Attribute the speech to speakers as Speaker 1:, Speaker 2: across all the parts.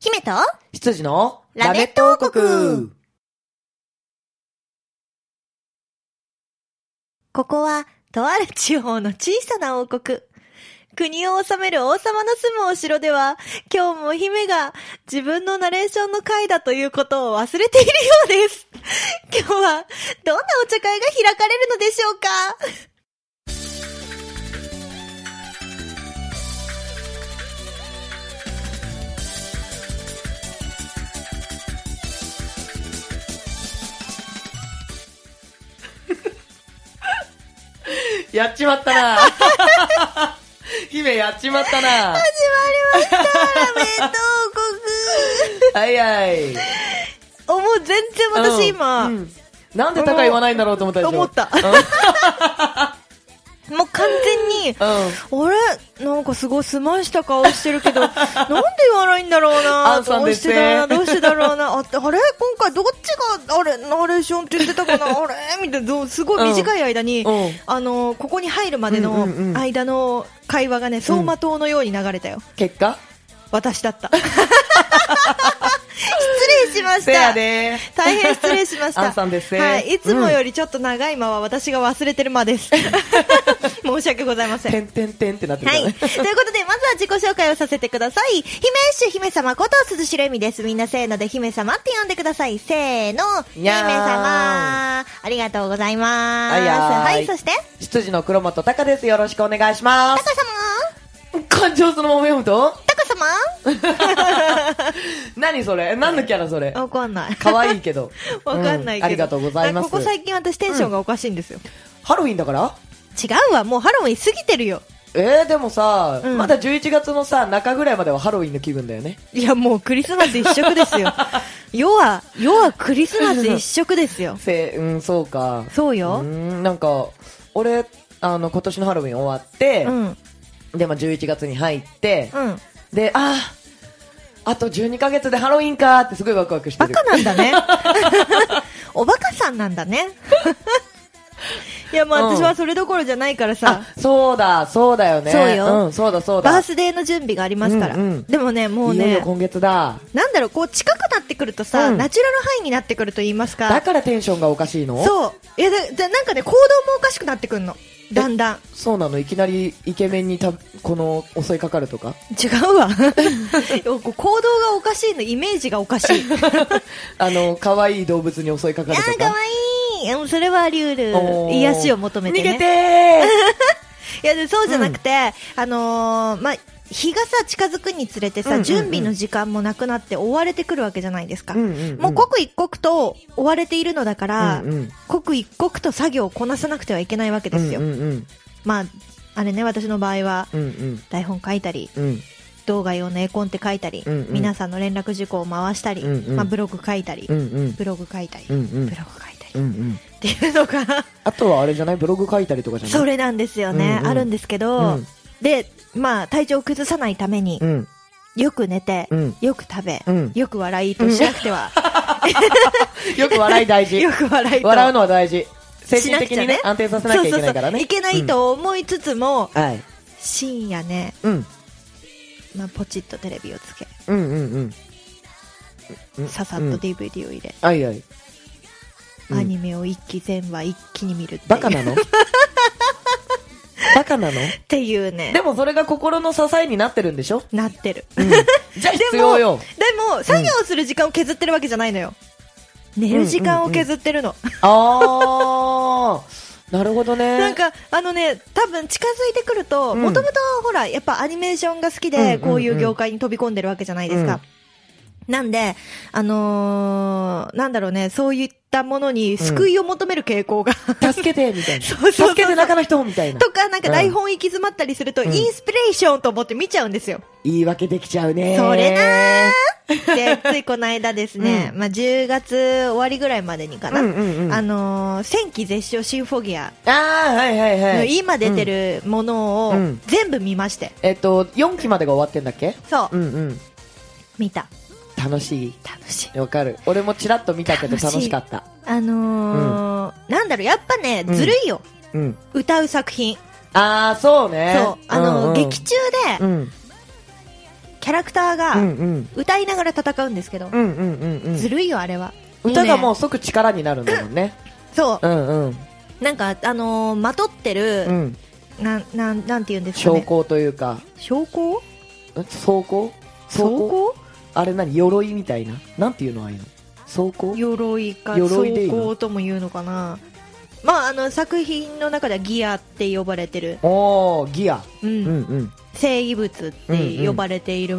Speaker 1: 姫と
Speaker 2: 羊の
Speaker 1: ラメット王国ここは、とある地方の小さな王国。国を治める王様の住むお城では、今日も姫が自分のナレーションの回だということを忘れているようです。今日は、どんなお茶会が開かれるのでしょうか
Speaker 2: やっちまった な姫やっちまったな
Speaker 1: 始まりました、ラメット
Speaker 2: はいはい。
Speaker 1: 王国。お、もう全然私今、
Speaker 2: うんうんなんで高い言わないんだろうと思ったでしょ。
Speaker 1: 思った もう完全に、
Speaker 2: うん。うん
Speaker 1: あれなんかすごい済ました顔してるけ ど、なんで言わないんだろう
Speaker 2: ア
Speaker 1: な
Speaker 2: ンさん
Speaker 1: どう
Speaker 2: で
Speaker 1: し
Speaker 2: す
Speaker 1: てだ
Speaker 2: ね
Speaker 1: どうしてだろうなああれ今回どっちが、あれナレーションって言ってたかなあれみたいなどう、すごい短い間に、
Speaker 2: うん
Speaker 1: あの、ここに入るまでの
Speaker 2: うんうんうん
Speaker 1: 間の会話がね、走馬灯のように流れたよ。
Speaker 2: 結果
Speaker 1: 私だ った。失礼しまし
Speaker 2: せや
Speaker 1: た。
Speaker 2: で
Speaker 1: 大変失礼しました。
Speaker 2: アンさんですね
Speaker 1: はい。いつもよりちょっと長い間は私が忘れてる間 です。申し訳ございません。
Speaker 2: てんてんてんってなってる
Speaker 1: は
Speaker 2: か
Speaker 1: い。
Speaker 2: ら
Speaker 1: という
Speaker 2: ね
Speaker 1: こ。とで、まずは自己紹介をさせてください。姫主姫様こと鈴代美です。みんなせーので姫様って呼んでください。せーの。
Speaker 2: い
Speaker 1: 姫
Speaker 2: やー
Speaker 1: 様。ありがとうございます。
Speaker 2: はいはーい
Speaker 1: はい、そして、
Speaker 2: 羊の黒本隆です。よろしくお願いしま
Speaker 1: タ
Speaker 2: す。
Speaker 1: カ様
Speaker 2: 感情そのまま読むと
Speaker 1: タカ様
Speaker 2: 何それ何のキャラ それ
Speaker 1: わかんない。。
Speaker 2: 可愛いけど
Speaker 1: わかんないけど、
Speaker 2: うありがとうございま
Speaker 1: な
Speaker 2: す。
Speaker 1: んかここ最近私テンションがおかしいんですよ。
Speaker 2: ハロウィンだから
Speaker 1: 違うわ、もうハロウィン過ぎてるよ。
Speaker 2: えー、でもさ、
Speaker 1: うん
Speaker 2: まだ11月のさ、中ぐらいまではハロウィンの気分だよね。
Speaker 1: いや、もうクリスマス一色です よ。世は、世はクリスマス一色ですよ。
Speaker 2: せ、うん、そうか。
Speaker 1: そうよ
Speaker 2: うーん、なんか、俺、あの、今年のハロウィン終わって
Speaker 1: う、ん。
Speaker 2: で、まあ11月に入って、
Speaker 1: うん。
Speaker 2: で、あーあと12ヶ月でハロウィンかーってすごいワクワクして
Speaker 1: バ
Speaker 2: る。
Speaker 1: カなんだ ね。おバカさんなんだね。いや、まあ
Speaker 2: うん
Speaker 1: 私はそれどころじゃないからさ
Speaker 2: あ、、そうだ、そうだよね。
Speaker 1: そうよ
Speaker 2: ん、そうだ、そうだ。
Speaker 1: バースデーの準備がありますから。
Speaker 2: うんうん
Speaker 1: でもね、もう
Speaker 2: いよいよ
Speaker 1: ね、
Speaker 2: 今月だ。
Speaker 1: なんだろう、こう近くなってくるとさ、
Speaker 2: うん
Speaker 1: ナチュラルハイになってくると言います
Speaker 2: だ
Speaker 1: か。
Speaker 2: からテンションがおかしいのう。
Speaker 1: そう。いや、だだなんかね、行動もおかしくなってくるの。だんだん。
Speaker 2: そうなのいきなりイケメンにた、この、襲いかかるとか
Speaker 1: 違う わ。いやこう行動がおかしいの、イメージがおかしい。
Speaker 2: あの、可愛い動物に襲いかか
Speaker 1: あ
Speaker 2: ると
Speaker 1: ー、かわいい。うんそれはあり得る
Speaker 2: お。ー
Speaker 1: 癒しを求めて、ね。
Speaker 2: 逃げて
Speaker 1: いやでそうじゃなくて、あのーまあ日がさ近づくにつれてさ、
Speaker 2: うんうんうん
Speaker 1: 準備の時間もなくなって追われてくるわけじゃないですか、
Speaker 2: ーうんうんうん
Speaker 1: もう刻一刻と追われているのだから、
Speaker 2: うんうん
Speaker 1: 刻一刻と作業をこなさなくてはいけないわけですよ、
Speaker 2: うんうん
Speaker 1: まああれね私の場合は
Speaker 2: うんうん
Speaker 1: 台本書いたり
Speaker 2: うん
Speaker 1: 動画用の絵コンって書いたり、
Speaker 2: うんうん
Speaker 1: 皆さんの連絡事項を回したり、
Speaker 2: うんうん
Speaker 1: まあ、ブログ書いたり、
Speaker 2: うんうん
Speaker 1: ブログ書いたり、
Speaker 2: うんうん
Speaker 1: ブログ書いたり、
Speaker 2: うんうん
Speaker 1: っていうのが
Speaker 2: あとはあれじゃないブログ書いたりとかじゃない
Speaker 1: それなんですよね、
Speaker 2: うんうん
Speaker 1: あるんですけど、
Speaker 2: うん
Speaker 1: でまあ体調を崩さないために、
Speaker 2: うん
Speaker 1: よく寝て、
Speaker 2: うん
Speaker 1: よく食べ、
Speaker 2: うん
Speaker 1: よく笑いとしなくては、
Speaker 2: よく 笑い大事
Speaker 1: よく笑いと
Speaker 2: 笑うのは大事精
Speaker 1: し
Speaker 2: 神
Speaker 1: なく
Speaker 2: 的
Speaker 1: ちゃ
Speaker 2: にね安定させなきゃいけないから
Speaker 1: そうそうそう
Speaker 2: ね
Speaker 1: いけないと思いつつも、
Speaker 2: うんはい
Speaker 1: 深夜ね、
Speaker 2: うん
Speaker 1: まあ、ポチッとテレビをつけ、
Speaker 2: うんうんうんうん
Speaker 1: ささっと
Speaker 2: うん
Speaker 1: DVD を入れ、
Speaker 2: はいはいうん
Speaker 1: アニメを一気全話一気に見るっていう
Speaker 2: バカな のバカな
Speaker 1: っ
Speaker 2: の
Speaker 1: ていうね
Speaker 2: でもそれが心の支えになってるんでしょ
Speaker 1: なってる、
Speaker 2: うん じゃあ必
Speaker 1: でも
Speaker 2: 要
Speaker 1: で
Speaker 2: よ
Speaker 1: も作業する時間を削ってるわけじゃないのよ、寝る時間を削ってるの、
Speaker 2: あーなるほどね
Speaker 1: なんかあのね多分近づいてくると
Speaker 2: うん
Speaker 1: もともとほらやっぱアニメーションが好き
Speaker 2: うんうんう
Speaker 1: で
Speaker 2: ん
Speaker 1: こういう業界に飛び込んでるわけじゃないですか、なんであのー、なんだろうねそういったものに救いを求める傾向 が、
Speaker 2: 助けてみたいな
Speaker 1: そうそうそう
Speaker 2: 助けて中の人みたいな
Speaker 1: とかなんか台本行き詰まったりすると、
Speaker 2: ん
Speaker 1: インスピレーションと思って見ちゃうんですよ
Speaker 2: 言い訳できちゃうね
Speaker 1: それなでついこの間ですね、まあ、10月終わりぐらいまでにかな、
Speaker 2: うんうんうん
Speaker 1: あのー、戦記絶唱シンフォギア
Speaker 2: ああはいはいは
Speaker 1: の
Speaker 2: い
Speaker 1: 今出て
Speaker 2: うん
Speaker 1: るものを
Speaker 2: うん
Speaker 1: 全部見まして、
Speaker 2: えっと4期までが終わってんだっけ
Speaker 1: そう、
Speaker 2: うんうん
Speaker 1: 見た
Speaker 2: 楽し
Speaker 1: 楽しい
Speaker 2: いわかる俺もちらっと見たけど
Speaker 1: 楽しい
Speaker 2: 楽しかった
Speaker 1: あのーなんだろうやっぱね
Speaker 2: うん
Speaker 1: ずるいよ、
Speaker 2: うん
Speaker 1: 歌う作品
Speaker 2: あー、そうね。
Speaker 1: そう。あの、劇中
Speaker 2: う
Speaker 1: で、
Speaker 2: ん
Speaker 1: キャラクター
Speaker 2: う
Speaker 1: が
Speaker 2: んうん
Speaker 1: 歌いながら戦うんですけど
Speaker 2: う、んうんうんうん
Speaker 1: ずるいよ、あれは。
Speaker 2: 歌がも
Speaker 1: う
Speaker 2: う即力になるんだもんね。
Speaker 1: ね、そう
Speaker 2: う。んうん
Speaker 1: なんか、あのーまとって
Speaker 2: う
Speaker 1: る、
Speaker 2: ん。
Speaker 1: なん、なん、なんて言うんですか
Speaker 2: 証
Speaker 1: ね。
Speaker 2: 拠というか、
Speaker 1: 証拠
Speaker 2: ん装甲
Speaker 1: 証
Speaker 2: 甲
Speaker 1: 拠
Speaker 2: あれ何鎧みたいな。なんていうのああいうの装甲
Speaker 1: 鎧か
Speaker 2: 鎧でいい
Speaker 1: 装
Speaker 2: の
Speaker 1: 甲とも言うのかなまああの作品の中ではギアって呼ばれてる、
Speaker 2: おー、ギア。
Speaker 1: うん
Speaker 2: うんうん。
Speaker 1: 正義物って呼ばれている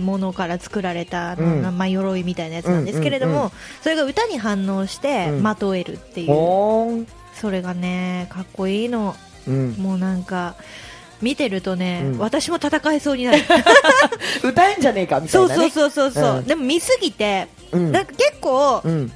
Speaker 1: ものから作られた、
Speaker 2: うん
Speaker 1: まあまあ、鎧みたいなやつなんですけれども、
Speaker 2: うんうんう
Speaker 1: それが歌に反応して
Speaker 2: うん
Speaker 1: まとえるっていう、
Speaker 2: おーん。
Speaker 1: それがねかっこいいの
Speaker 2: うん。
Speaker 1: もうなんか見てるとね、
Speaker 2: うん
Speaker 1: 私も戦えそうにな る
Speaker 2: 歌えんじゃねえかみた
Speaker 1: そ
Speaker 2: いうな
Speaker 1: そう
Speaker 2: ね。
Speaker 1: そうそうそう、
Speaker 2: うん
Speaker 1: でも見すぎて、
Speaker 2: うん
Speaker 1: なんか結構、
Speaker 2: うん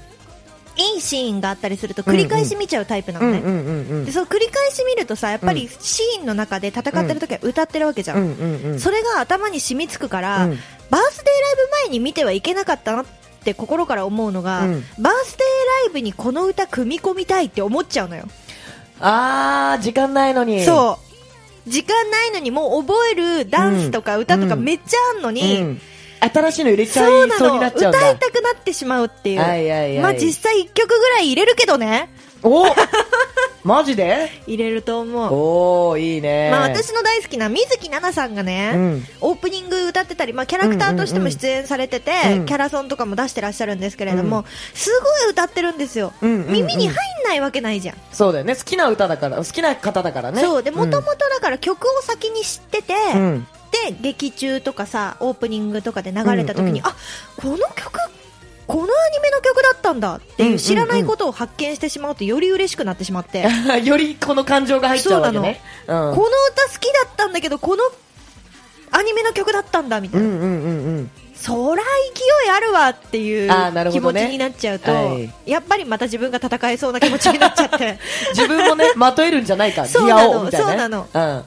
Speaker 1: いいシーンがあったりすると繰り返し見ちゃうタイプな
Speaker 2: う
Speaker 1: のね、
Speaker 2: んうんうんうん
Speaker 1: で。その繰り返し見るとさやっぱ
Speaker 2: う
Speaker 1: りシーンの中で戦ってる時は歌ってるわけじゃん、
Speaker 2: うんうんうん。
Speaker 1: それが頭に染みつくから、
Speaker 2: うん
Speaker 1: バースデーライブ前に見てはいけなかったなって心から思うのが、
Speaker 2: うん
Speaker 1: バースデーライブにこの歌組み込みたいって思っちゃうのよ、
Speaker 2: あー、時間ないのに。
Speaker 1: そう時間ないのにもう覚えるダンスとか歌とか
Speaker 2: うん
Speaker 1: めっちゃあんの
Speaker 2: う
Speaker 1: に、
Speaker 2: ん。新しいの入れちゃ
Speaker 1: そう
Speaker 2: い
Speaker 1: な
Speaker 2: そう
Speaker 1: の
Speaker 2: になっちゃうんだ。
Speaker 1: 歌いたくなってしまうっていう、
Speaker 2: はいはいはい
Speaker 1: まあ実際1曲ぐらい入れるけどね
Speaker 2: おマジで
Speaker 1: 入れると思う
Speaker 2: おー、いいね。
Speaker 1: まあ、私の大好きな水木奈々さんがね、
Speaker 2: うん
Speaker 1: オープニング歌ってたり、まあ、キャラクターとしても出演されてて、
Speaker 2: うん
Speaker 1: キャラソンとかも出してらっしゃるんですけれども、
Speaker 2: う
Speaker 1: すごい歌ってるんですよ、
Speaker 2: うんうんうん
Speaker 1: 耳に入んないわけないじゃん、
Speaker 2: そうだよね。好きな歌だから、好きな方だからね。
Speaker 1: そうで
Speaker 2: ん
Speaker 1: もともとだから曲を先に知ってて、
Speaker 2: うん。
Speaker 1: で劇中とかさオープニングとかで流れた時に、
Speaker 2: うんうん
Speaker 1: あこの曲このアニメの曲だったんだって
Speaker 2: うんうん
Speaker 1: いううん知らないことを発見してしまうとより嬉しくなってしまって、
Speaker 2: よりこの感情が入っちゃうわけね。う
Speaker 1: こ
Speaker 2: ん
Speaker 1: の歌好きだったんだけどこのアニメの曲だったんだみたいな、
Speaker 2: うんうんうん
Speaker 1: そら勢いあるわってい
Speaker 2: あーなる
Speaker 1: う気
Speaker 2: ほど
Speaker 1: 持ち
Speaker 2: ね
Speaker 1: になっちゃうと、
Speaker 2: はい
Speaker 1: やっぱりまた自分が戦えそうな気持ちになっちゃって
Speaker 2: 自分もね、まとえるんじゃないか、ギ
Speaker 1: そうなの
Speaker 2: アを、みたいな。
Speaker 1: そうなの
Speaker 2: うん。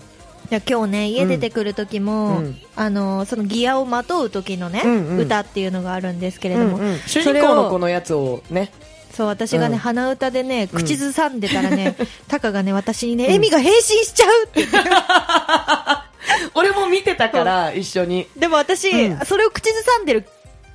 Speaker 1: いや今日ね家出てくる時も、
Speaker 2: うん
Speaker 1: あのそのギアをまとう時のね、
Speaker 2: うんうん
Speaker 1: 歌っていうのがあるんですけれども、
Speaker 2: うんうん主
Speaker 1: そ
Speaker 2: 人
Speaker 1: れ
Speaker 2: 公の
Speaker 1: を
Speaker 2: このやつをね、
Speaker 1: そう私がね、
Speaker 2: うん
Speaker 1: 鼻歌でね
Speaker 2: うん
Speaker 1: 口ずさんでたら ね、タカがね私にね笑みが変身しちゃうって
Speaker 2: 俺も見てたから、一緒に。
Speaker 1: でも私、
Speaker 2: うん
Speaker 1: それを口ずさんでる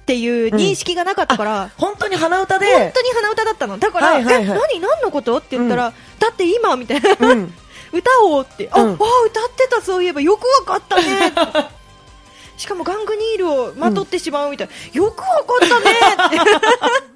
Speaker 1: っていう認識がなかったから、
Speaker 2: 本当に鼻歌
Speaker 1: 本
Speaker 2: で、
Speaker 1: 当に鼻歌だったのだから、
Speaker 2: はいはいはい
Speaker 1: え何何のことって言ったら、だって今みたいな、
Speaker 2: うん
Speaker 1: 歌おうってあ、
Speaker 2: うん
Speaker 1: あ歌ってたそういえばよくわかったね しかもガングニールをまとってしまうみたいな、よくわかったねって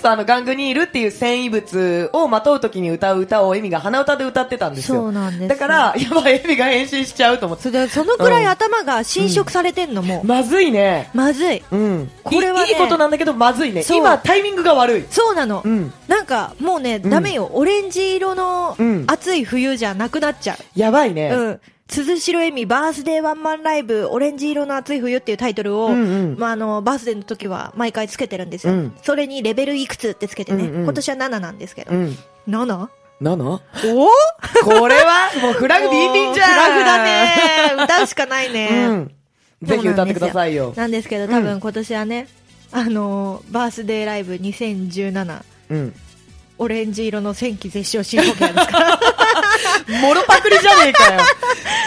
Speaker 2: そう、あの、ガングニールっていう繊維物をまとうときに歌う歌をエミが鼻歌で歌ってたんですよ。
Speaker 1: そうなんですよ
Speaker 2: だから、やばい、エミが変身しちゃうと思って。
Speaker 1: それでそのくらい頭が侵食されてんのもう、
Speaker 2: まずいね。
Speaker 1: まずい
Speaker 2: うん。
Speaker 1: これはね
Speaker 2: いいいことなんだけど、まずいね。
Speaker 1: そう
Speaker 2: 今、タイミングが悪い。
Speaker 1: そうなの、
Speaker 2: うん
Speaker 1: なんかもうね、ダメよオレンジ色の
Speaker 2: うん
Speaker 1: 暑い冬じゃなくなっちゃう
Speaker 2: やばいね。
Speaker 1: うん。鈴代恵美バースデーワンマンライブオレンジ色の熱い冬っていうタイトルを、
Speaker 2: うんうん
Speaker 1: まあ、あの、バースデーの時は毎回つけてるんですよ。
Speaker 2: うん
Speaker 1: それにレベルいくつってつけてね。
Speaker 2: うんうん
Speaker 1: 今年は7なんですけど。
Speaker 2: うん。
Speaker 1: 7?
Speaker 2: 7?
Speaker 1: お
Speaker 2: これは、 もうフラグビンビンじゃん
Speaker 1: フラグだね。歌うしかないね。
Speaker 2: うん。ぜひ歌ってくださいよ。
Speaker 1: なんですけど、多分今年はね、あのーバースデーライブ2017。
Speaker 2: うん。
Speaker 1: オレンジ色の戦記絶唱新保険です から。
Speaker 2: もろパクリじゃねえかよ。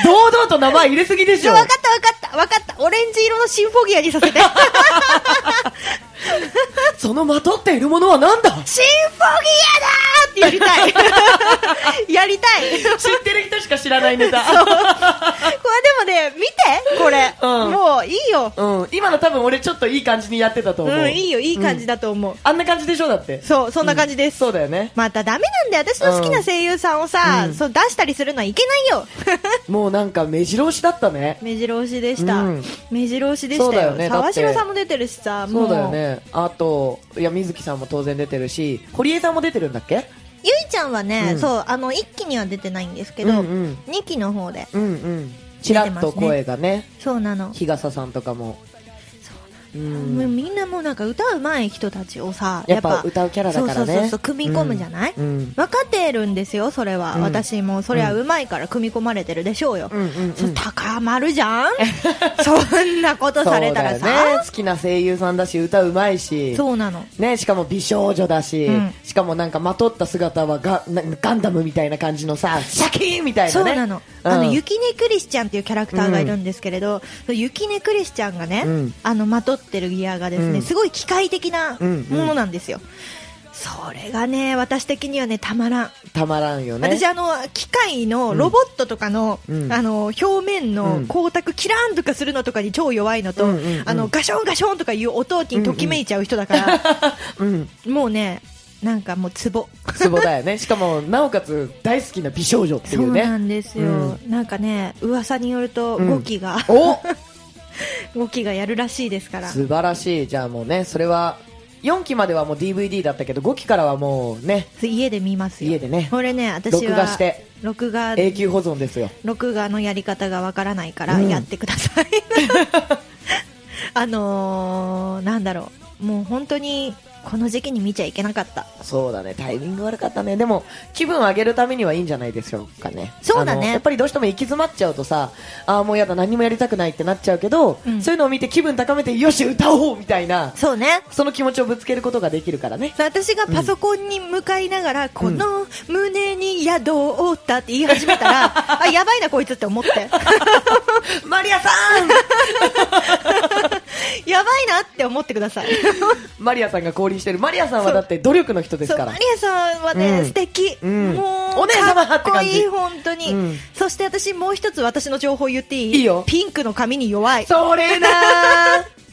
Speaker 2: 堂々と名前入れすぎでし
Speaker 1: 分
Speaker 2: ょ。
Speaker 1: かった分かった分かったオレンジ色のシンフォギアにさせて
Speaker 2: そのまとっているものはなんだ
Speaker 1: シンフォギアだーってやりた いやりたいこ
Speaker 2: 知ってる人しか知らない ネタ。
Speaker 1: れでもね、見てこれ、
Speaker 2: うん
Speaker 1: もういいよ。
Speaker 2: うん。今の多分俺ちょっといい感じにやってたと思う。
Speaker 1: うん、いいよ、いい感じだと思う。
Speaker 2: あんな感じでしょだって。
Speaker 1: そう、そんな感じです。
Speaker 2: そうだよね。
Speaker 1: またダメなんだよ。私の好きな声優さんをさ、
Speaker 2: うん
Speaker 1: そう出したりするのはいけないよ。
Speaker 2: もうなんか目白押しだったね。
Speaker 1: 目白押しでした。
Speaker 2: うん
Speaker 1: 目白押しでした
Speaker 2: そうだ
Speaker 1: よ。
Speaker 2: よねだ
Speaker 1: 沢
Speaker 2: って
Speaker 1: 城さんも出てるしさ、も、
Speaker 2: そううだよね。あと、いや、水木さんも当然出てるし、堀江さんも出てるんだっけ
Speaker 1: ゆいちゃんはね、
Speaker 2: うん
Speaker 1: そう、あの、1期には出てないんですけ
Speaker 2: うん
Speaker 1: ど、
Speaker 2: うん。
Speaker 1: 2期の方で。
Speaker 2: うんうん。ちらっと声がね、
Speaker 1: そうなの。
Speaker 2: 日傘さんとかもうん
Speaker 1: もうみんなもうなんか歌うまい人たちをさ
Speaker 2: やっぱ歌うキャラだからね
Speaker 1: そうそうそうそう組み込むじゃない、
Speaker 2: うんうん
Speaker 1: 分かってるんですよそれは、
Speaker 2: うん
Speaker 1: 私もそりゃうまいから組み込まれてるでしょうよ、
Speaker 2: うんうんうん
Speaker 1: そう高まるじゃん そんなことされたら
Speaker 2: そうだよ
Speaker 1: さ
Speaker 2: ね、好きな声優さんだし歌うまいし
Speaker 1: そうなの
Speaker 2: ね、しかも美少女だし、
Speaker 1: うん
Speaker 2: しかもなんかまとった姿はガなガンダムみたいな感じのさシャキーンみたいなね
Speaker 1: そうなの、
Speaker 2: うん
Speaker 1: あの雪音クリスチャンっていうキャラクターがいるんですけれど、雪音クリスチャンがね、
Speaker 2: うん
Speaker 1: あのまとってるギアがですね、
Speaker 2: うん
Speaker 1: すごい機械的な
Speaker 2: うんうん
Speaker 1: ものなんですよ、それがね私的にはねたまらん、
Speaker 2: たまらんよね
Speaker 1: 私あの機械のロボットとかの,、
Speaker 2: うん
Speaker 1: あの表面の
Speaker 2: うん
Speaker 1: 光沢キラーンとかするのとかに超弱いのと、
Speaker 2: うんうんうん
Speaker 1: あのガションガションとかいう音にときめいちゃう人だから、
Speaker 2: うん
Speaker 1: もうねなんかもうツボ
Speaker 2: ツボだよねしかもなおかつ大好きな美少女 ってい
Speaker 1: そううな
Speaker 2: ね
Speaker 1: んですよ、なんかね噂によると
Speaker 2: うん
Speaker 1: 5期が、
Speaker 2: お
Speaker 1: 5期がやるらしいですから
Speaker 2: 素晴らしいじゃあもうねそれは4期まではもう DVD だったけど5期からはもうね
Speaker 1: 家で見ますよ
Speaker 2: 家でね
Speaker 1: これね私は
Speaker 2: 録画して
Speaker 1: 録画
Speaker 2: 永久保存ですよ
Speaker 1: 録画のやり方がわからないから
Speaker 2: うん
Speaker 1: やってください、 あのー、なんだろうもう本当にこの時期に見ちゃいけなかった
Speaker 2: そうだねタイミング悪かったねでも気分を上げるためにはいいんじゃないでしょうかね
Speaker 1: そうだね
Speaker 2: あのやっぱりどうしても行き詰まっちゃうとさああもうやだ何もやりたくないってなっちゃうけど、
Speaker 1: うん
Speaker 2: そういうのを見て気分高めてよし歌おうみたいな
Speaker 1: そうね
Speaker 2: その気持ちをぶつけることができるから ね
Speaker 1: 私がパソコンに向かいながら、この胸に宿を負ったって言い始めたら、 あやばいなこいつって思って
Speaker 2: マリアさ
Speaker 1: やばいなって思ってください。
Speaker 2: ん マリアさんが降臨してるマリアさんはだって努力の人です
Speaker 1: そう
Speaker 2: か
Speaker 1: マ
Speaker 2: ら
Speaker 1: リアさんはね、
Speaker 2: うん
Speaker 1: 素敵、
Speaker 2: うん
Speaker 1: もう
Speaker 2: お姉様
Speaker 1: かっこい
Speaker 2: って感
Speaker 1: い
Speaker 2: じ
Speaker 1: 本当に、
Speaker 2: うん
Speaker 1: そして私もう一つ私の情報言っていい
Speaker 2: いいよ
Speaker 1: ピンクの髪に弱い
Speaker 2: それなー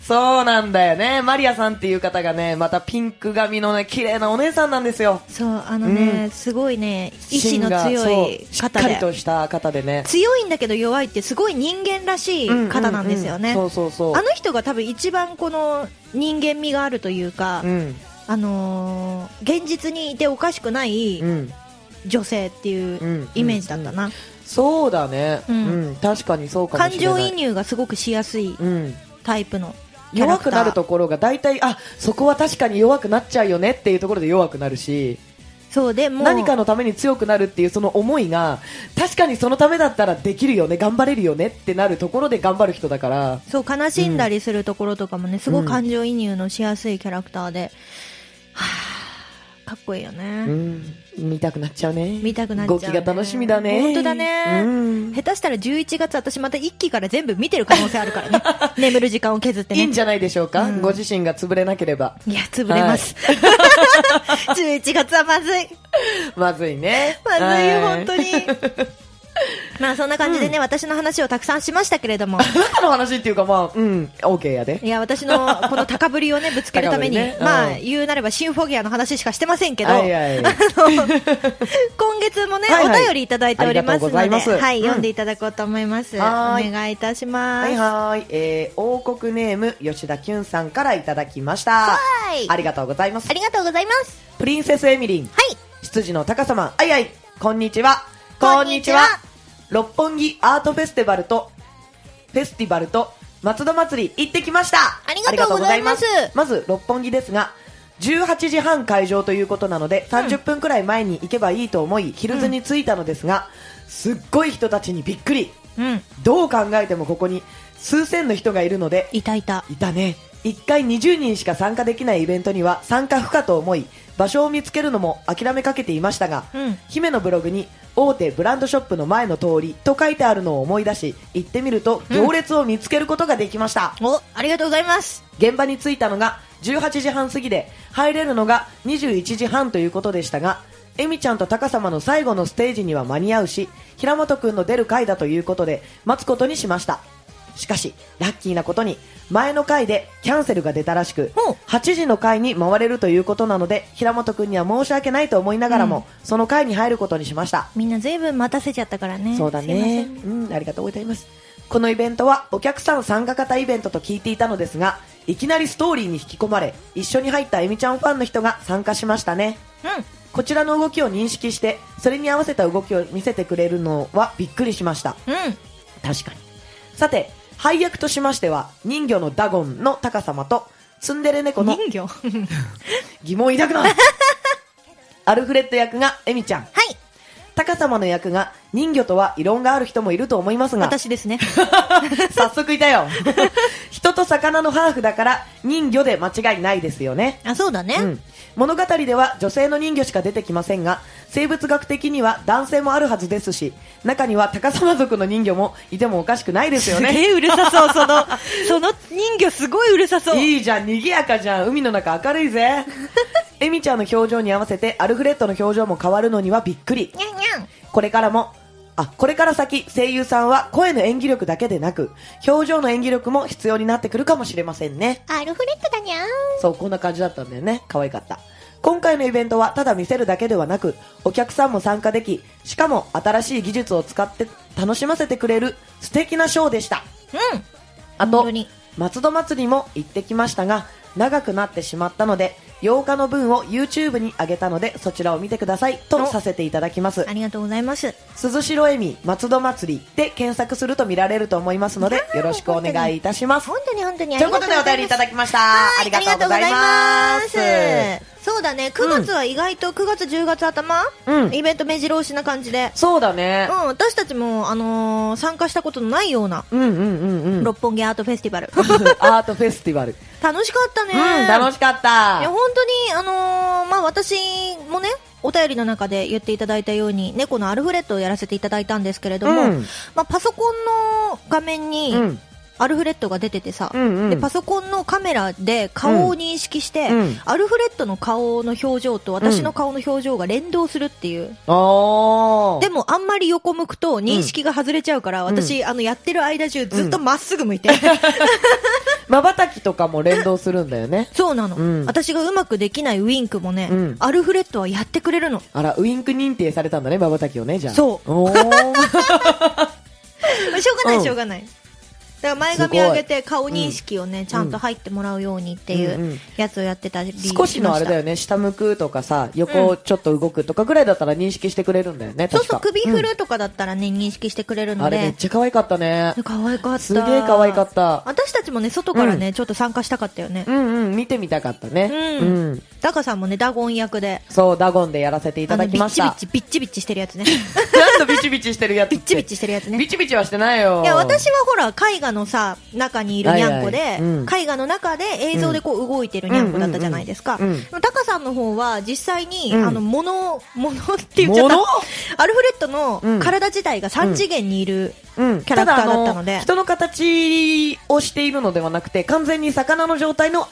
Speaker 2: そうなんだよねマリアさんっていう方がねまたピンク髪のね綺麗なお姉さんなんですよ
Speaker 1: そうあのね、
Speaker 2: うん
Speaker 1: すごいね意志の強い
Speaker 2: 芯がそうしっ
Speaker 1: 方
Speaker 2: かりと
Speaker 1: で
Speaker 2: した方でね
Speaker 1: 強いんだけど弱いってすごい人間らしい方なんですよね、
Speaker 2: うんうんうんそうそうそう
Speaker 1: あの人が多分一番この人間味があるというか、
Speaker 2: うん
Speaker 1: あのー現実にいておかしくない
Speaker 2: うん
Speaker 1: 女性っていうイメージだったな、
Speaker 2: そうだね、
Speaker 1: う
Speaker 2: うんん確かにそうかも
Speaker 1: 感
Speaker 2: しれない
Speaker 1: 情移入がすごくしやすい
Speaker 2: うん、
Speaker 1: タイプのキャラ
Speaker 2: 弱
Speaker 1: クタ
Speaker 2: く
Speaker 1: ー
Speaker 2: なるところが大体あそこは確かに弱くなっちゃうよねっていうところで弱くなるし
Speaker 1: そうでもう
Speaker 2: 何かのために強くなるっていうその思いが確かにそのためだったらできるよね頑張れるよねってなるところで頑張る人だから
Speaker 1: そう悲しんだりするところとかもねすごい感情移入のしやすいキャラクターで、はあかっこいいよ
Speaker 2: う
Speaker 1: ね、
Speaker 2: ん見たくなっちゃうね
Speaker 1: 見たくなっちゃう、ね、
Speaker 2: 動きが楽しみだね
Speaker 1: 本当だね、
Speaker 2: うん
Speaker 1: 下手したら11月私また1期から全部見てる可能性ある からね眠る時間を削って
Speaker 2: い
Speaker 1: ね
Speaker 2: いんじゃないでしょうか、
Speaker 1: うん
Speaker 2: ご自身が潰れなければ
Speaker 1: いや潰れます、11月はまずい
Speaker 2: まずいね
Speaker 1: まずいよ
Speaker 2: はい
Speaker 1: 本当にまあそんな感じでね、私の話をたくさんしましたけれども
Speaker 2: あなたの話っていうかまあうんオーケーやで
Speaker 1: いや、私 のこの高ぶりをね、ぶつけるために、
Speaker 2: 高ぶりねうん
Speaker 1: まあ、言うなればシンフォギアの話しかしてませんけど、
Speaker 2: はいはい
Speaker 1: あの今月もね、
Speaker 2: はいはい
Speaker 1: お便りいただいておりますので、
Speaker 2: ありがとうございます
Speaker 1: はい、
Speaker 2: うん
Speaker 1: 読んでいただこうと思います。
Speaker 2: はーい
Speaker 1: お願いいたします。
Speaker 2: はいはーい、えー、王国ネーム吉田きゅんさんからいただきました
Speaker 1: はーい
Speaker 2: ありがとうございます
Speaker 1: ありがとうございます。
Speaker 2: プリンセスエミリン
Speaker 1: はい。
Speaker 2: 執事の高様あいあいこんにちは
Speaker 1: こんにちは
Speaker 2: 六本木アートフェスティバルとフェスティバルと松戸祭り行ってきました
Speaker 1: ありがとうございます
Speaker 2: ありがとうございますまず六本木ですが18時半会場ということなので30分くらい前に行けばいいと思い、ヒルズに着いたのですが、すっごい人たちにびっくり
Speaker 1: うん。
Speaker 2: どう考えてもここに数千の人がいるので
Speaker 1: いたいた。
Speaker 2: いたね1回20人しか参加できないイベントには参加不可と思い場所を見つけるのも諦めかけていましたが、
Speaker 1: うん
Speaker 2: 姫のブログに大手ブランドショップの前の通りと書いてあるのを思い出し行ってみると
Speaker 1: うん
Speaker 2: 行列を見つけることができました、
Speaker 1: お、ありがとうございます。
Speaker 2: 現場に着いたのが18時半過ぎで入れるのが21時半ということでしたがエミちゃんと高様の最後のステージには間に合うし平本くんの出る回だということで待つことにしましたしかしラッキーなことに前の回でキャンセルが出たらしく
Speaker 1: ほう
Speaker 2: 8時の回に回れるということなので平本くんには申し訳ないと思いながらも、その回に入ることにしました
Speaker 1: みんなずいぶん待たせちゃったからね。
Speaker 2: そうだね
Speaker 1: すいません。
Speaker 2: うん、ありがとうございます。このイベントはお客さん参加型イベントと聞いていたのですが、いきなりストーリーに引き込まれ、一緒に入ったエミちゃんファンの人が参加しましたね。こちらの動きを認識して、それに合わせた動きを見せてくれるのはびっくりしました。
Speaker 1: うん。うん。
Speaker 2: 確かに。さて、配役としましては人魚のダゴンの高様とツンデレ猫の
Speaker 1: 人魚は
Speaker 2: 疑問抱くなアルフレッド役がエミちゃん
Speaker 1: い。
Speaker 2: 高様の役が人魚とは異論がある人もいると思いますが
Speaker 1: 私ですね。
Speaker 2: 早速いたよ人と魚のハーフだから人魚で間違いないですよね
Speaker 1: あ、そうだね。
Speaker 2: うん、物語では女性の人魚しか出てきませんが生物学的には男性もあるはずですし中には高様族の人魚もいてもおかしくないですよ
Speaker 1: す
Speaker 2: ね
Speaker 1: げえうるさそう、そ の、その人魚すごいうるさそう。
Speaker 2: いいじゃん、賑やかじゃん、海の中明るいぜ。 エミちゃんの表情に合わせてアルフレッドの表情も変わるのにはびっくり。
Speaker 1: にゃんにゃん。
Speaker 2: これからも、あ、これから先、声優さんは声の演技力だけでなく、表情の演技力も必要になってくるかもしれませんね。
Speaker 1: アルフレッドだにゃん。
Speaker 2: そう、こんな感じだったんだよね。可愛かった。今回のイベントはただ見せるだけではなく、お客さんも参加でき、しかも新しい技術を使って楽しませてくれる素敵なショーでした。
Speaker 1: うん。
Speaker 2: あ
Speaker 1: 本
Speaker 2: と
Speaker 1: 当に、
Speaker 2: 松戸祭りも行ってきましたが、長くなってしまったので、8日の分を YouTube に上げたので、そちらを見てください、と
Speaker 1: お
Speaker 2: させていただきます
Speaker 1: あ。りがとうございます。
Speaker 2: 鈴代恵美松戸祭りで検索すると見られると思いますので
Speaker 1: あ、ー
Speaker 2: よろしくお願いいたします。
Speaker 1: 本当に本当に
Speaker 2: ということでお便りいただ
Speaker 1: き
Speaker 2: きました。
Speaker 1: は
Speaker 2: あ
Speaker 1: い
Speaker 2: りがとうございます。
Speaker 1: ますそうだね、9月は意外と9月10月頭、
Speaker 2: うん
Speaker 1: イベント目白押しな感じで。
Speaker 2: そうだ
Speaker 1: う
Speaker 2: ね
Speaker 1: ん、。私たちも、あのー参加したことのないような、
Speaker 2: うんうんうんうん。
Speaker 1: 六本木アートフェスティバル。
Speaker 2: アートフェスティ バル。
Speaker 1: 楽しかったね。
Speaker 2: うん、楽しかっ
Speaker 1: いや
Speaker 2: た。
Speaker 1: 本当に、あのーまあ、私もね、お便りの中で言っていただいたように、猫のアルフレッドをやらせていただいたんですけれども、
Speaker 2: うん
Speaker 1: まあ、パソコンの画面に
Speaker 2: うん、
Speaker 1: アルフレッドが出ててさ、
Speaker 2: うんうん
Speaker 1: で、パソコンのカメラで顔を認識して、
Speaker 2: うん
Speaker 1: アルフレッドの顔の表情と私の顔の表情が連動するっていう。
Speaker 2: おー。
Speaker 1: でも、あんまり横向くと認識が外れちゃうから、私、あの、やってる間中ずっとまっすぐ向いて。
Speaker 2: 瞬きとかも連動するんだ よね。
Speaker 1: そうなの、
Speaker 2: うん
Speaker 1: 私がうまくできないウインクもね、
Speaker 2: うん
Speaker 1: アルフレッドはやってくれるの。
Speaker 2: あら、ウインク認定されたんだね、まばたきをね、じゃあ。
Speaker 1: そう
Speaker 2: おー
Speaker 1: まあしょうがな
Speaker 2: うん
Speaker 1: いしょうがない、だから前髪上げて顔認識をね、ちゃんと入ってもらうようにってい
Speaker 2: んう
Speaker 1: うんやつをやってたりしました
Speaker 2: 少しのあれだよね、下向くとかさ、横をちょっと動くとかぐらいだったら認識してくれるんだよね、
Speaker 1: そう
Speaker 2: 確
Speaker 1: そう
Speaker 2: か。
Speaker 1: 首振るとかだったらね、認識してくれる
Speaker 2: うんあ
Speaker 1: の
Speaker 2: れめっ
Speaker 1: で
Speaker 2: ちゃ可愛かったね。
Speaker 1: 可愛かった
Speaker 2: すげえ可愛かった
Speaker 1: 私たちもね外からね、ちょっと参加したかったよね
Speaker 2: うんうん、見てみたかったね。
Speaker 1: うん、
Speaker 2: うん
Speaker 1: ダカさんもねダゴン役で
Speaker 2: そう、ダゴンでやらせていただきまし
Speaker 1: あの
Speaker 2: た。
Speaker 1: ビッチビッチビッチビッチしてるやつね
Speaker 2: なんとビチビチしてるやつって。
Speaker 1: ビッチビチしてるやつね
Speaker 2: ビチビチはしてないよ。
Speaker 1: いや私はほら絵画のさ中にいるにゃんこで、
Speaker 2: はいはいうん
Speaker 1: 絵画の中で映像でこう動いてるにゃんこだったじゃないですか、
Speaker 2: うんうんうんうん
Speaker 1: でもタカさんの方は実際に、
Speaker 2: うん
Speaker 1: あの物物って言っちゃっ
Speaker 2: 物
Speaker 1: たアルフレッドの体自体が3次元にいる、
Speaker 2: うん、
Speaker 1: キャラクターだったので
Speaker 2: だあ人の形をしているのではなくて、完全に魚の状態の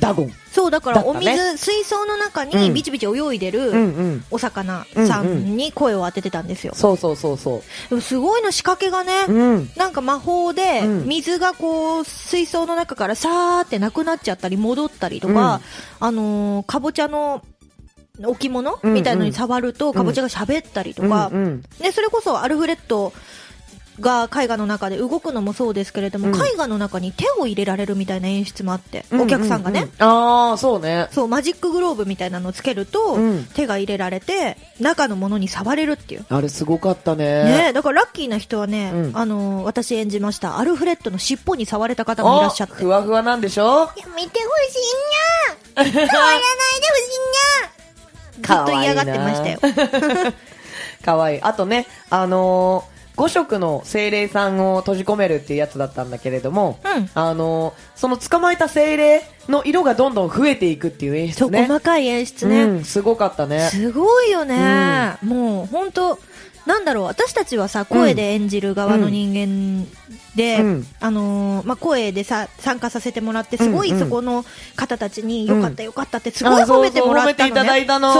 Speaker 2: ダゴン。
Speaker 1: そうだか
Speaker 2: だ
Speaker 1: ら
Speaker 2: った
Speaker 1: お
Speaker 2: ね
Speaker 1: 水、水槽の中
Speaker 2: う
Speaker 1: に
Speaker 2: ん
Speaker 1: ビチビチ泳いでる、
Speaker 2: うんうん。
Speaker 1: お魚さんに声を当ててたんですよ、
Speaker 2: そうそうそうそ
Speaker 1: でもすごいの仕掛けが
Speaker 2: う。
Speaker 1: ね、
Speaker 2: うん。
Speaker 1: なんか魔法で
Speaker 2: うん
Speaker 1: 水がこう水槽の中からさーってなくなっちゃったり戻ったりとか、あのーかぼちゃの置物、
Speaker 2: うんうん
Speaker 1: みたいのに触るとかぼちゃが喋ったりとか、
Speaker 2: うんうん
Speaker 1: でそれこそアルフレッドが絵画の中で動くのもそうですけれども、
Speaker 2: うん
Speaker 1: 絵画の中に手を入れられるみたいな演出もあって、お客さんがね、
Speaker 2: うううああそうね
Speaker 1: そうマジックグローブみたいなのをつけると、
Speaker 2: うん
Speaker 1: 手が入れられて中のものに触れるっていう。
Speaker 2: あれすごかったね
Speaker 1: ねえ、だからラッキーな人はね、
Speaker 2: うん
Speaker 1: あのー私演じましたアルフレッドの尻尾に触れた方もいら
Speaker 2: あ
Speaker 1: っしゃって
Speaker 2: ふわふわなんでしょ
Speaker 1: やめてほしい にゃ触らないでほしいにゃず
Speaker 2: か
Speaker 1: っ
Speaker 2: わ
Speaker 1: と
Speaker 2: いい
Speaker 1: 嫌
Speaker 2: な
Speaker 1: がってましたよ
Speaker 2: かわいいあとねあのー、5色の精霊さんを閉じ込めるっていうやつだったんだけれども、
Speaker 1: うん
Speaker 2: あのー、その捕まえた精霊の色がどんどん増えていくっていう演
Speaker 1: そ
Speaker 2: 出
Speaker 1: う、
Speaker 2: ね
Speaker 1: 細かい演出ね、
Speaker 2: うん、すごかったね
Speaker 1: すごいよね、もう本当なんだろう私たちはさ声で演じる側の人間で、
Speaker 2: うん
Speaker 1: あのーまあ、声でさ参加させてもらってすごい
Speaker 2: うんうん
Speaker 1: そこの方たちに
Speaker 2: うん
Speaker 1: よかったよかったってすごい
Speaker 2: あそうそう
Speaker 1: 褒めてもらったの、ね、
Speaker 2: 褒めていただいたの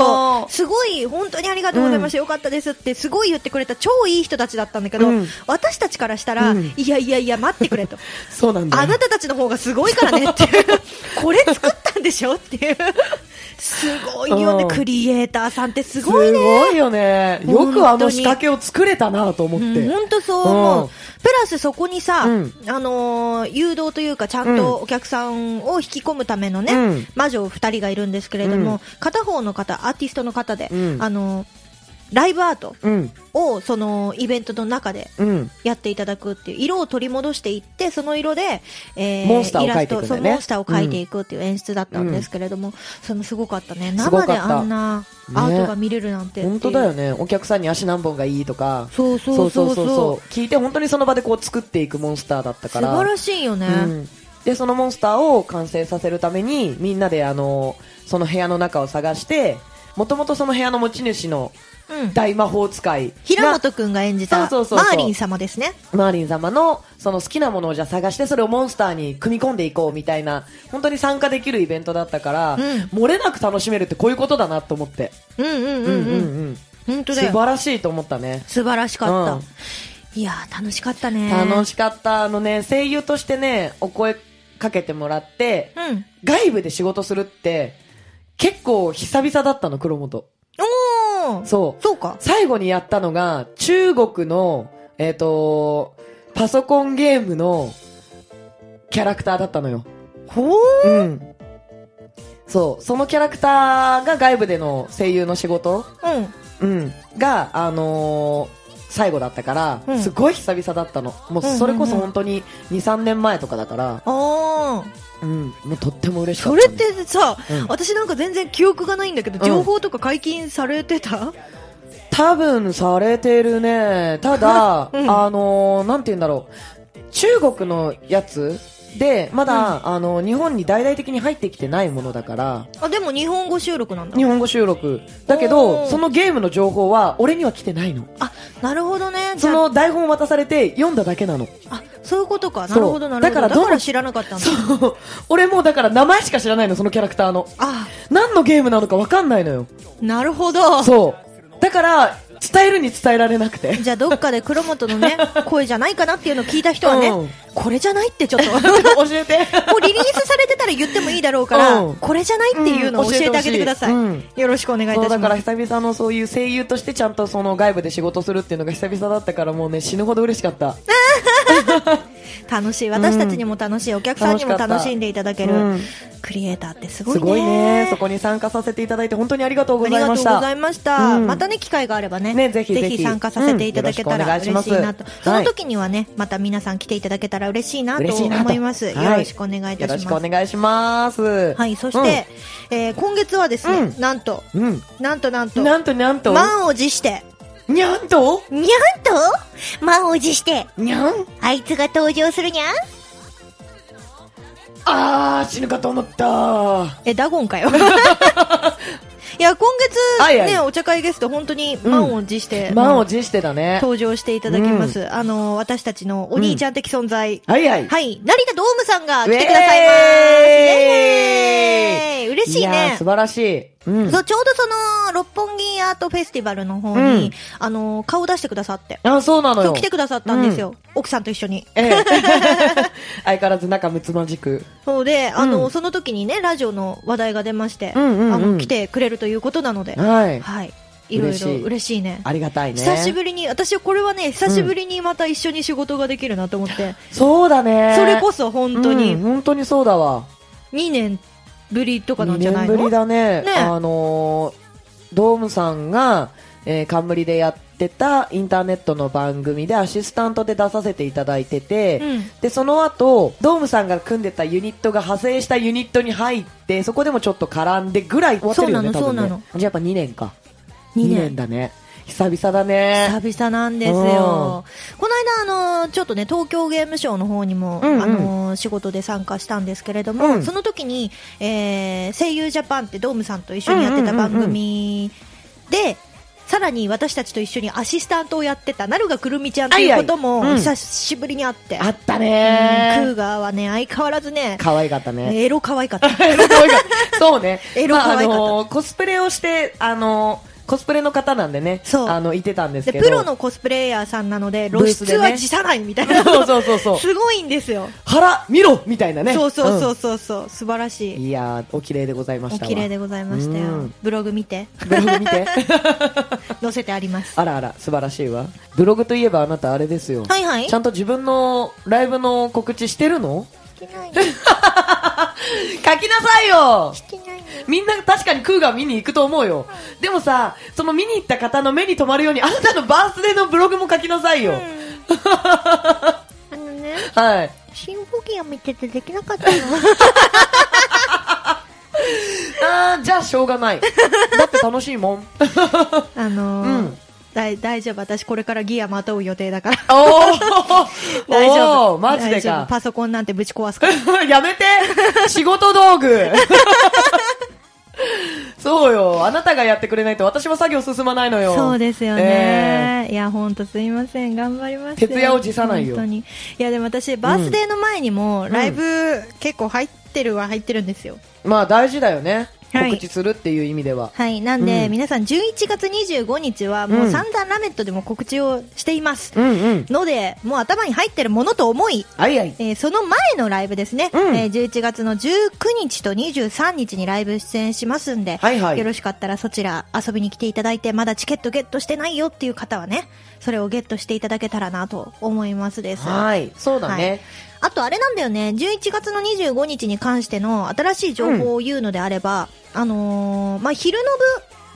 Speaker 1: そうすごい本当にありがとうございました、よかったですってすごい言ってくれた超いい人たちだったんだけど、
Speaker 2: うん
Speaker 1: 私たちからしたら、
Speaker 2: うん
Speaker 1: いやいやいや待ってくれと
Speaker 2: そうなんだよ
Speaker 1: あなたたちの方がすごいからねっていう これ作ったんでしょっていうすごいよね
Speaker 2: うん
Speaker 1: クリエイターさんってす
Speaker 2: す
Speaker 1: ごいね
Speaker 2: ごいよねよくあの仕掛けを作れたなと思って、
Speaker 1: うん、本当そう思う、
Speaker 2: うん
Speaker 1: プラスそこにさ、
Speaker 2: うん
Speaker 1: あのー誘導というか、ちゃんとお客さんを引き込むためのね、
Speaker 2: うん
Speaker 1: 魔女2人がいるんですけれども、
Speaker 2: うん
Speaker 1: 片方の方、アーティストの方で、
Speaker 2: うん
Speaker 1: あのーライブアート
Speaker 2: うん
Speaker 1: をそのイベントの中で
Speaker 2: うん
Speaker 1: やっていただくっていう色を取り戻していってその色で、え
Speaker 2: モンスターを描いていくんだ
Speaker 1: イラストそ
Speaker 2: よね
Speaker 1: うモンスターを描いていくっていう演出だったんですけれども、それもすごかったね
Speaker 2: す
Speaker 1: 生
Speaker 2: ごかった
Speaker 1: であんなアートが見れるなんてっていう
Speaker 2: 本当だよねお客さんに足何本がいいとか
Speaker 1: そうそうそうそう
Speaker 2: 聞いて本当にその場でこう作っていくモンスターだった
Speaker 1: 素
Speaker 2: から
Speaker 1: 晴らしいよね、
Speaker 2: うん、でそのモンスターを完成させるためにみんなであのその部屋の中を探してもともとその部屋の持ち主の
Speaker 1: うん
Speaker 2: 大魔法使いが
Speaker 1: 平本くんが演じたマ
Speaker 2: そうそうそうそう
Speaker 1: ーリン様ですね
Speaker 2: マーリン様のその好きなものをじゃあ探してそれをモンスターに組み込んでいこうみたいな本当に参加できるイベントだったから、
Speaker 1: う
Speaker 2: 漏れなく楽しめるってこういうことだなと思って、
Speaker 1: うんうんうんうん、
Speaker 2: うん
Speaker 1: 本当
Speaker 2: 素
Speaker 1: だよ
Speaker 2: 晴らしいと思ったね
Speaker 1: 素晴らしかった、
Speaker 2: うん
Speaker 1: いやー楽しかったね
Speaker 2: 楽しかったあのね声優としてねお声かけてもらって
Speaker 1: うん
Speaker 2: 外部で仕事するって結構久々だったの黒本
Speaker 1: おー
Speaker 2: そう
Speaker 1: そうか
Speaker 2: 最後にやったのが中国のえっ、とパソコンゲームのキャラクターだったのよ
Speaker 1: ほう
Speaker 2: うんそうそのキャラクターが外部での声優の仕事
Speaker 1: うん
Speaker 2: うん、が、あのー最後だったから、
Speaker 1: うん
Speaker 2: すごい久々だったの。もう
Speaker 1: うんうんうん
Speaker 2: それこそ本当に2、3年前とかだから、
Speaker 1: ああ
Speaker 2: うん、もうとっても嬉しかっ
Speaker 1: そ
Speaker 2: た。
Speaker 1: れってさ、
Speaker 2: うん
Speaker 1: 私なんか全然記憶がないんだけど、
Speaker 2: うん
Speaker 1: 情報とか解禁されてた、
Speaker 2: 多分されてるね。ただ、
Speaker 1: うん
Speaker 2: あのーなんて言うんだろう。中国のやつで、まだ、あの日本に大々的に入ってきてないものだから、
Speaker 1: あ、でも日本語収録なんだ
Speaker 2: 日。本語収録。だ
Speaker 1: お
Speaker 2: けど、
Speaker 1: ー
Speaker 2: そのゲームの情報は俺には来てないの。
Speaker 1: あ、なるほどね。じ
Speaker 2: そ
Speaker 1: ゃあ
Speaker 2: の台本を渡されて読んだだけなの。
Speaker 1: あ、そういうことか。
Speaker 2: そ
Speaker 1: な
Speaker 2: う
Speaker 1: るほど、なるほど。だ
Speaker 2: だ
Speaker 1: か
Speaker 2: か
Speaker 1: らら
Speaker 2: どの
Speaker 1: 知らなかったんだ。
Speaker 2: そう。俺もうだから名前しか知らないの、そのキャラクターの。
Speaker 1: あ、
Speaker 2: 何のゲームなのか分かんないのよ。
Speaker 1: なるほど。
Speaker 2: そう。だから、伝えるに伝えられなく て。
Speaker 1: じゃあどっかで黒本の ね、声じゃないかなっていうのを聞いた人はね、
Speaker 2: うん
Speaker 1: これじゃないってちょっと。 も
Speaker 2: 教えて。
Speaker 1: うリリースされてたら言ってもいいだろうから、
Speaker 2: うん
Speaker 1: これじゃないっていうのを教えてあげてください。
Speaker 2: うん教えてほし
Speaker 1: よろしくお願いいたし
Speaker 2: そ
Speaker 1: ま
Speaker 2: う
Speaker 1: す。
Speaker 2: だから久々のそういう声優としてちゃんとその外部で仕事するっていうのが久々だったからもうね死ぬほど嬉しか った。
Speaker 1: 楽しい私たちにも楽しい、お客さんにも楽しんでいただける、
Speaker 2: うん
Speaker 1: クリエイターってすごい
Speaker 2: す
Speaker 1: ね
Speaker 2: ごいね。そこに参加させていただいて本当にありがとうご
Speaker 1: あり
Speaker 2: ざい
Speaker 1: がと
Speaker 2: ま
Speaker 1: う
Speaker 2: し
Speaker 1: ご
Speaker 2: た。
Speaker 1: ざいました、
Speaker 2: うん
Speaker 1: またね機会があればね
Speaker 2: ねぜひぜひ
Speaker 1: 参加させていただけた
Speaker 2: うんよ
Speaker 1: ら
Speaker 2: ろしくお願
Speaker 1: 嬉
Speaker 2: いし
Speaker 1: し
Speaker 2: ます
Speaker 1: いなと、その時にはねまた皆さん来ていただけたら嬉しいなと
Speaker 2: 嬉しいなと
Speaker 1: 思います
Speaker 2: はい
Speaker 1: よろしくお願いい
Speaker 2: よ
Speaker 1: た
Speaker 2: ろ
Speaker 1: し
Speaker 2: しく
Speaker 1: ま
Speaker 2: お
Speaker 1: す
Speaker 2: 願いします。
Speaker 1: はいそして、えー今月はですね、
Speaker 2: うん
Speaker 1: なんと
Speaker 2: うん、
Speaker 1: なんとなん
Speaker 2: う
Speaker 1: と
Speaker 2: ん。なんとなんと。
Speaker 1: 満を持して
Speaker 2: にゃんと
Speaker 1: にゃんと満を持して
Speaker 2: にゃん
Speaker 1: あいつが登場するにゃん
Speaker 2: あー、死ぬかと思った。
Speaker 1: え、ダゴン かよ。いや、今月ね、
Speaker 2: はいはい
Speaker 1: お茶会ゲスト、本当に満を持して、
Speaker 2: 満を持してだね。
Speaker 1: 登場していただきます。あの、私たちのお兄ちゃん的存在。
Speaker 2: はいはい。
Speaker 1: はい、成田ドームさんが来
Speaker 2: ウェーイ
Speaker 1: てくださいます。イエーイ嬉しい
Speaker 2: やー
Speaker 1: ね
Speaker 2: 素。晴らしい。うん。
Speaker 1: そうちょうどその、六本木アートフェスティバルの方
Speaker 2: う
Speaker 1: に、
Speaker 2: ん
Speaker 1: あの、顔出してくださって。
Speaker 2: あ、そうなの
Speaker 1: そう
Speaker 2: よ。
Speaker 1: 来てくださったんですよ。奥さんと一緒に。
Speaker 2: ええ 相変わらず仲睦まじく。
Speaker 1: そうで、あ
Speaker 2: う
Speaker 1: の、
Speaker 2: ん
Speaker 1: その時にね、ラジオの話題が出まして、
Speaker 2: うんうんうん
Speaker 1: あの、来てくれるということなので、
Speaker 2: はい。
Speaker 1: はい。いろいろ
Speaker 2: 嬉しい
Speaker 1: 嬉しいね。
Speaker 2: ありがたいね。
Speaker 1: 久しぶりに、私はこれはね、久しぶりにまた一緒に仕事ができるなと思って、
Speaker 2: そうだね。
Speaker 1: それこ
Speaker 2: そ
Speaker 1: そ本当に
Speaker 2: 本当にそうだわ。
Speaker 1: 2年ぶりとかな
Speaker 2: 2
Speaker 1: んじゃな
Speaker 2: 年
Speaker 1: い
Speaker 2: ぶ
Speaker 1: の
Speaker 2: りだね。
Speaker 1: ね
Speaker 2: あのードームさんが、えー冠でやってたインターネットの番組でアシスタントで出させていただいてて、
Speaker 1: うん
Speaker 2: でその後ドームさんが組んでたユニットが派生したユニットに入ってそこでもちょっと絡んでぐらい終わってるよね
Speaker 1: そうなのそうな
Speaker 2: 多分ね
Speaker 1: の
Speaker 2: じゃあやっぱ2年か
Speaker 1: 二年
Speaker 2: だね久々だね
Speaker 1: 久々なんですよ。この間、あの、ちょっとね、東京ゲームショウの方にも、
Speaker 2: うんうん
Speaker 1: あの、仕事で参加したんですけれども、
Speaker 2: うん
Speaker 1: その時に、えー、声優ジャパンってドームさんと一緒にやってた番組で、さらに私たちと一緒にアシスタントをやってた、なるがくるみちゃんということも
Speaker 2: はいはいうん
Speaker 1: 久しぶりに会って、
Speaker 2: あった
Speaker 1: うんクー
Speaker 2: ね
Speaker 1: ガーはね、相変わらずね、
Speaker 2: 可愛かったね
Speaker 1: エロ可愛かった。
Speaker 2: エロ可愛かったそうね
Speaker 1: エロ可愛かった
Speaker 2: まああのーコスプレをしてあのーコスプレの方なんでね
Speaker 1: そう
Speaker 2: あのいてたんです
Speaker 1: で、
Speaker 2: けど
Speaker 1: プロのコスプレイヤーさんなので、
Speaker 2: ブ
Speaker 1: 露
Speaker 2: ースでね
Speaker 1: 出は辞さないみたいな。
Speaker 2: そうそうそうそ う
Speaker 1: すごいんですよ。
Speaker 2: 腹見ろみたいなね
Speaker 1: そうそうそううそうそう、素晴ら
Speaker 2: ん
Speaker 1: しい。
Speaker 2: いやーお綺麗でございまし
Speaker 1: お
Speaker 2: たわ
Speaker 1: 綺麗でございました
Speaker 2: う
Speaker 1: よ
Speaker 2: ん。
Speaker 1: ブログ見て、
Speaker 2: ブログ見て
Speaker 1: 載せてあります。
Speaker 2: あらあら、素晴らしいわ。ブログといえばあなたあれですよ。
Speaker 1: はいはい
Speaker 2: ちゃんと自分のライブの告知してるの
Speaker 1: してないね。
Speaker 2: 書きなさいよ
Speaker 1: してないね。
Speaker 2: みんな確かにクーガー見に行くと思うよ。でもさ、その見に行った方の目に留まるように、あなたのバースデーのブログも書きなさいよ。
Speaker 1: あのね、
Speaker 2: はい。
Speaker 1: シンフォギア見ててできなかったの。
Speaker 2: あーじゃあしょう がない。だって楽しいもん。
Speaker 1: あの
Speaker 2: う
Speaker 1: ー
Speaker 2: ん
Speaker 1: だい大丈夫。私これからギアまとう予定だから。
Speaker 2: おー
Speaker 1: 大丈
Speaker 2: お
Speaker 1: 夫。
Speaker 2: ーマジで
Speaker 1: 大丈夫
Speaker 2: か。
Speaker 1: パソコンなんてぶち壊すから。
Speaker 2: やめて仕事 道具そうよ。あなたがやってくれないと私も作業進まないのよ。
Speaker 1: そうですよ
Speaker 2: ええ。
Speaker 1: ね。いや、ほんとすいません。頑張りますよ
Speaker 2: 徹夜を辞さないよ
Speaker 1: 本当に。いや、でも私、バースデーの前にも、ライブ結構入ってるは入ってるんですよ。
Speaker 2: まあ大事だよね。
Speaker 1: はい
Speaker 2: 告知するっていう意味では。
Speaker 1: はい。なんで、
Speaker 2: うん
Speaker 1: 皆さん11月25日は、もううん散々ラメットでも告知をしています。
Speaker 2: うんうん。
Speaker 1: ので、もう頭に入ってるものと思い、
Speaker 2: はいはい。
Speaker 1: えーその前のライブですね、
Speaker 2: うん
Speaker 1: えー11月の19日と23日にライブ出演しますんで、
Speaker 2: はいはい
Speaker 1: よろしかったらそちら遊びに来ていただいて、まだチケットゲットしてないよっていう方はね、それをゲットしていただけたらなと思いますです。
Speaker 2: はい。そうだ
Speaker 1: はい
Speaker 2: ね。
Speaker 1: あとあれなんだよね、11月の25日に関しての新しい情報を言うのであれば、あのーまあ、昼の部、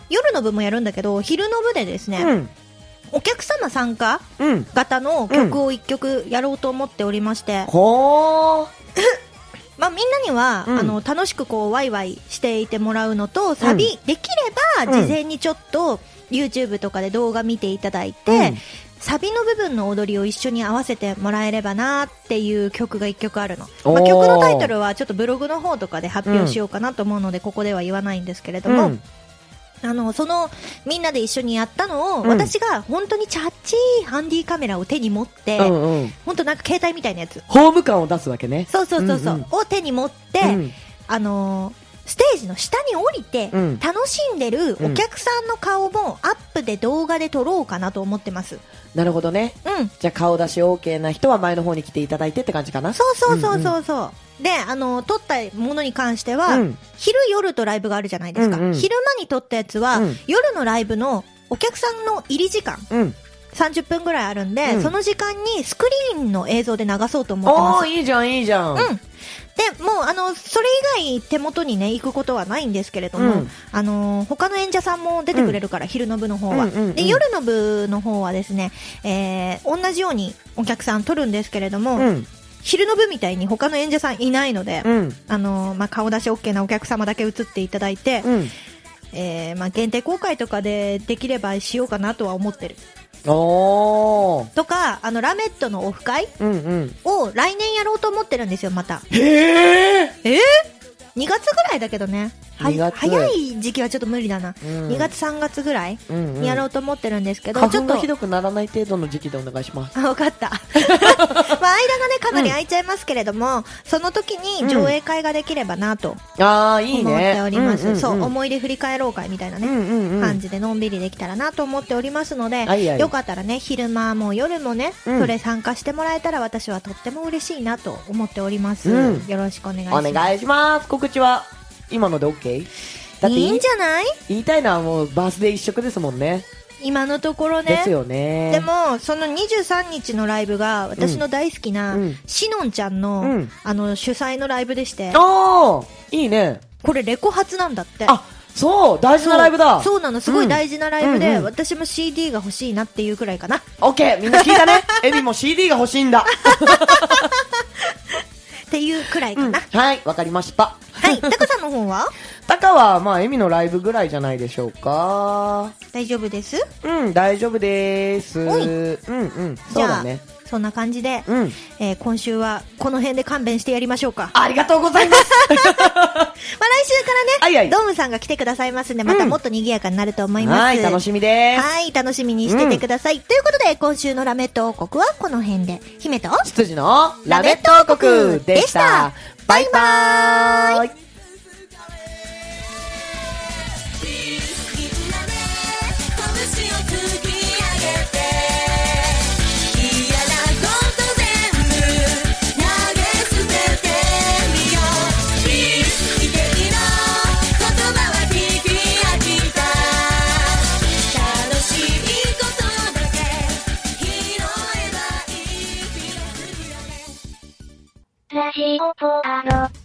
Speaker 1: 夜の部もやるんだけど、昼の部でですね、
Speaker 2: うん。
Speaker 1: お客様参加
Speaker 2: うん。
Speaker 1: 型の曲を一曲やろうと思っておりまして、
Speaker 2: ほー。
Speaker 1: まあ、みんなには、
Speaker 2: うん
Speaker 1: あの楽しくこうワイワイしていてもらうのとサビ、できれば
Speaker 2: うん
Speaker 1: 事前にちょっと、YouTube とかで動画見ていただいて、
Speaker 2: うん
Speaker 1: サビの部分の踊りを一緒に合わせてもらえればなっていう曲が1曲あるの、
Speaker 2: おー
Speaker 1: まあ、曲のタイトルはちょっとブログの方とかで発表しようかなと思うので、ここでは言わないんですけれども、
Speaker 2: うん
Speaker 1: あのそのみんなで一緒にやったのを、
Speaker 2: うん
Speaker 1: 私が本当にチャッチーハンディカメラを手に持って、
Speaker 2: うんうん。
Speaker 1: 本当なんか携帯みたいなやつ
Speaker 2: ホーム感を出すわけね。
Speaker 1: そうそうそうそう、
Speaker 2: うん
Speaker 1: を手に持って、
Speaker 2: うん
Speaker 1: あのーステージの下に降りて、
Speaker 2: うん
Speaker 1: 楽しんでるお客さんの顔もアップで動画で撮ろうかなと思ってます。
Speaker 2: なるほどね。
Speaker 1: うん。
Speaker 2: じゃあ顔出し OK な人は前の方に来ていただいてって感じかな。
Speaker 1: そうそうそうそうそう。で、あのー撮ったものに関しては、
Speaker 2: うん
Speaker 1: 昼夜とライブがあるじゃないですか。
Speaker 2: うんうん
Speaker 1: 昼間に撮ったやつは、
Speaker 2: うん
Speaker 1: 夜のライブのお客さんの入り時間、
Speaker 2: うん。
Speaker 1: 30分ぐらいあるんで、
Speaker 2: うん
Speaker 1: その時間にスクリーンの映像で流そうと思ってま
Speaker 2: お
Speaker 1: す
Speaker 2: ー、。いいじゃん、いいじゃん。
Speaker 1: うんで、もう、あの、それ以外手元にね、行くことはないんですけれども、
Speaker 2: うん
Speaker 1: あのー、他の演者さんも出てくれるから、昼の部の方は、
Speaker 2: うんうんうん
Speaker 1: で、夜の部の方はですね、えー、同じようにお客さん撮るんですけれども、
Speaker 2: うん。
Speaker 1: 昼の部みたいに他の演者さんいないので、
Speaker 2: うん。
Speaker 1: あのー、まあ、顔出し OK なお客様だけ映っていただいて、
Speaker 2: うん。
Speaker 1: えー、まあ、限定公開とかでできればしようかなとは思ってる。
Speaker 2: おー。
Speaker 1: とか、あの、ラメットのオフ会
Speaker 2: うんうん。
Speaker 1: を来年やろうと思ってるんですよ、また。
Speaker 2: へえ。
Speaker 1: えー、2月ぐらいだけどねは
Speaker 2: 2月
Speaker 1: 早い時期はちょっと無理だな、
Speaker 2: うん
Speaker 1: 2月3月ぐらい
Speaker 2: うんうん
Speaker 1: にやろうと思ってるんですけど、
Speaker 2: 花
Speaker 1: ちょ
Speaker 2: 粉
Speaker 1: っと
Speaker 2: がひどくならない程度の時期でお願いしま す。
Speaker 1: あ分かった まあ間がねかなり空いちゃいますけれども、その時に上映会ができればなと
Speaker 2: ああ、いいね。
Speaker 1: 思っております、
Speaker 2: んんん
Speaker 1: そう思い出振り返ろう会みたいなね、
Speaker 2: うんうんうん。
Speaker 1: 感じでのんびりできたらなと思っておりますので、
Speaker 2: はいはい
Speaker 1: よかったらね昼間も夜もね、
Speaker 2: うん
Speaker 1: それ参加してもらえたら私はとっても嬉しいなと思っております、
Speaker 2: うん
Speaker 1: よろしくお願いし
Speaker 2: お
Speaker 1: ます
Speaker 2: 願いします。告知は、今ので OK? だって
Speaker 1: いい
Speaker 2: い
Speaker 1: んじゃない
Speaker 2: 言いたいのはもうバースデー一色ですもんね。
Speaker 1: 今のところね
Speaker 2: ですよね。
Speaker 1: でもその23日のライブが私の大好きな、
Speaker 2: うん
Speaker 1: しのんちゃんの,、
Speaker 2: うん
Speaker 1: あの主催のライブでして
Speaker 2: おーいいね。
Speaker 1: これレコ発なんだって
Speaker 2: あ、そう大事
Speaker 1: そう
Speaker 2: なライブだ
Speaker 1: そうなのすごい大事なライブで、
Speaker 2: うんうんうん
Speaker 1: 私も CD が欲しいなっていうくらいかな
Speaker 2: OK! みんな聞い たねエミも CD が欲しいんだ
Speaker 1: っていうくらいか
Speaker 2: うん
Speaker 1: な、
Speaker 2: はい、わかりました。
Speaker 1: はいタカさんの方は
Speaker 2: タカは、まあ、エミのライブぐらいじゃないでしょうか。
Speaker 1: 大丈夫です
Speaker 2: うん、大丈夫です。う
Speaker 1: おい
Speaker 2: んうん、
Speaker 1: じ
Speaker 2: そう
Speaker 1: ゃ
Speaker 2: だ
Speaker 1: あ、
Speaker 2: ね。
Speaker 1: そんな感じで、
Speaker 2: うん。
Speaker 1: えー今週はこの辺で勘弁してやりましょうか
Speaker 2: ありがとうございます。
Speaker 1: まあ、来週からね、
Speaker 2: はいはい
Speaker 1: ドームさんが来てくださいますんでまたもっと賑やかになると思います、
Speaker 2: はい、楽しみです。
Speaker 1: はい、楽しみにしててください。ということで、今週のラメット王国はこの辺で。姫と、
Speaker 2: 羊のラベット王国でした。バイバーイ
Speaker 3: みんなで拳を突き上げて嫌なこと全部投げ捨ててみよう奇跡の言葉は聞き飽きた楽しいことだけ拾えばいい気がするよね
Speaker 4: ラジオポアド。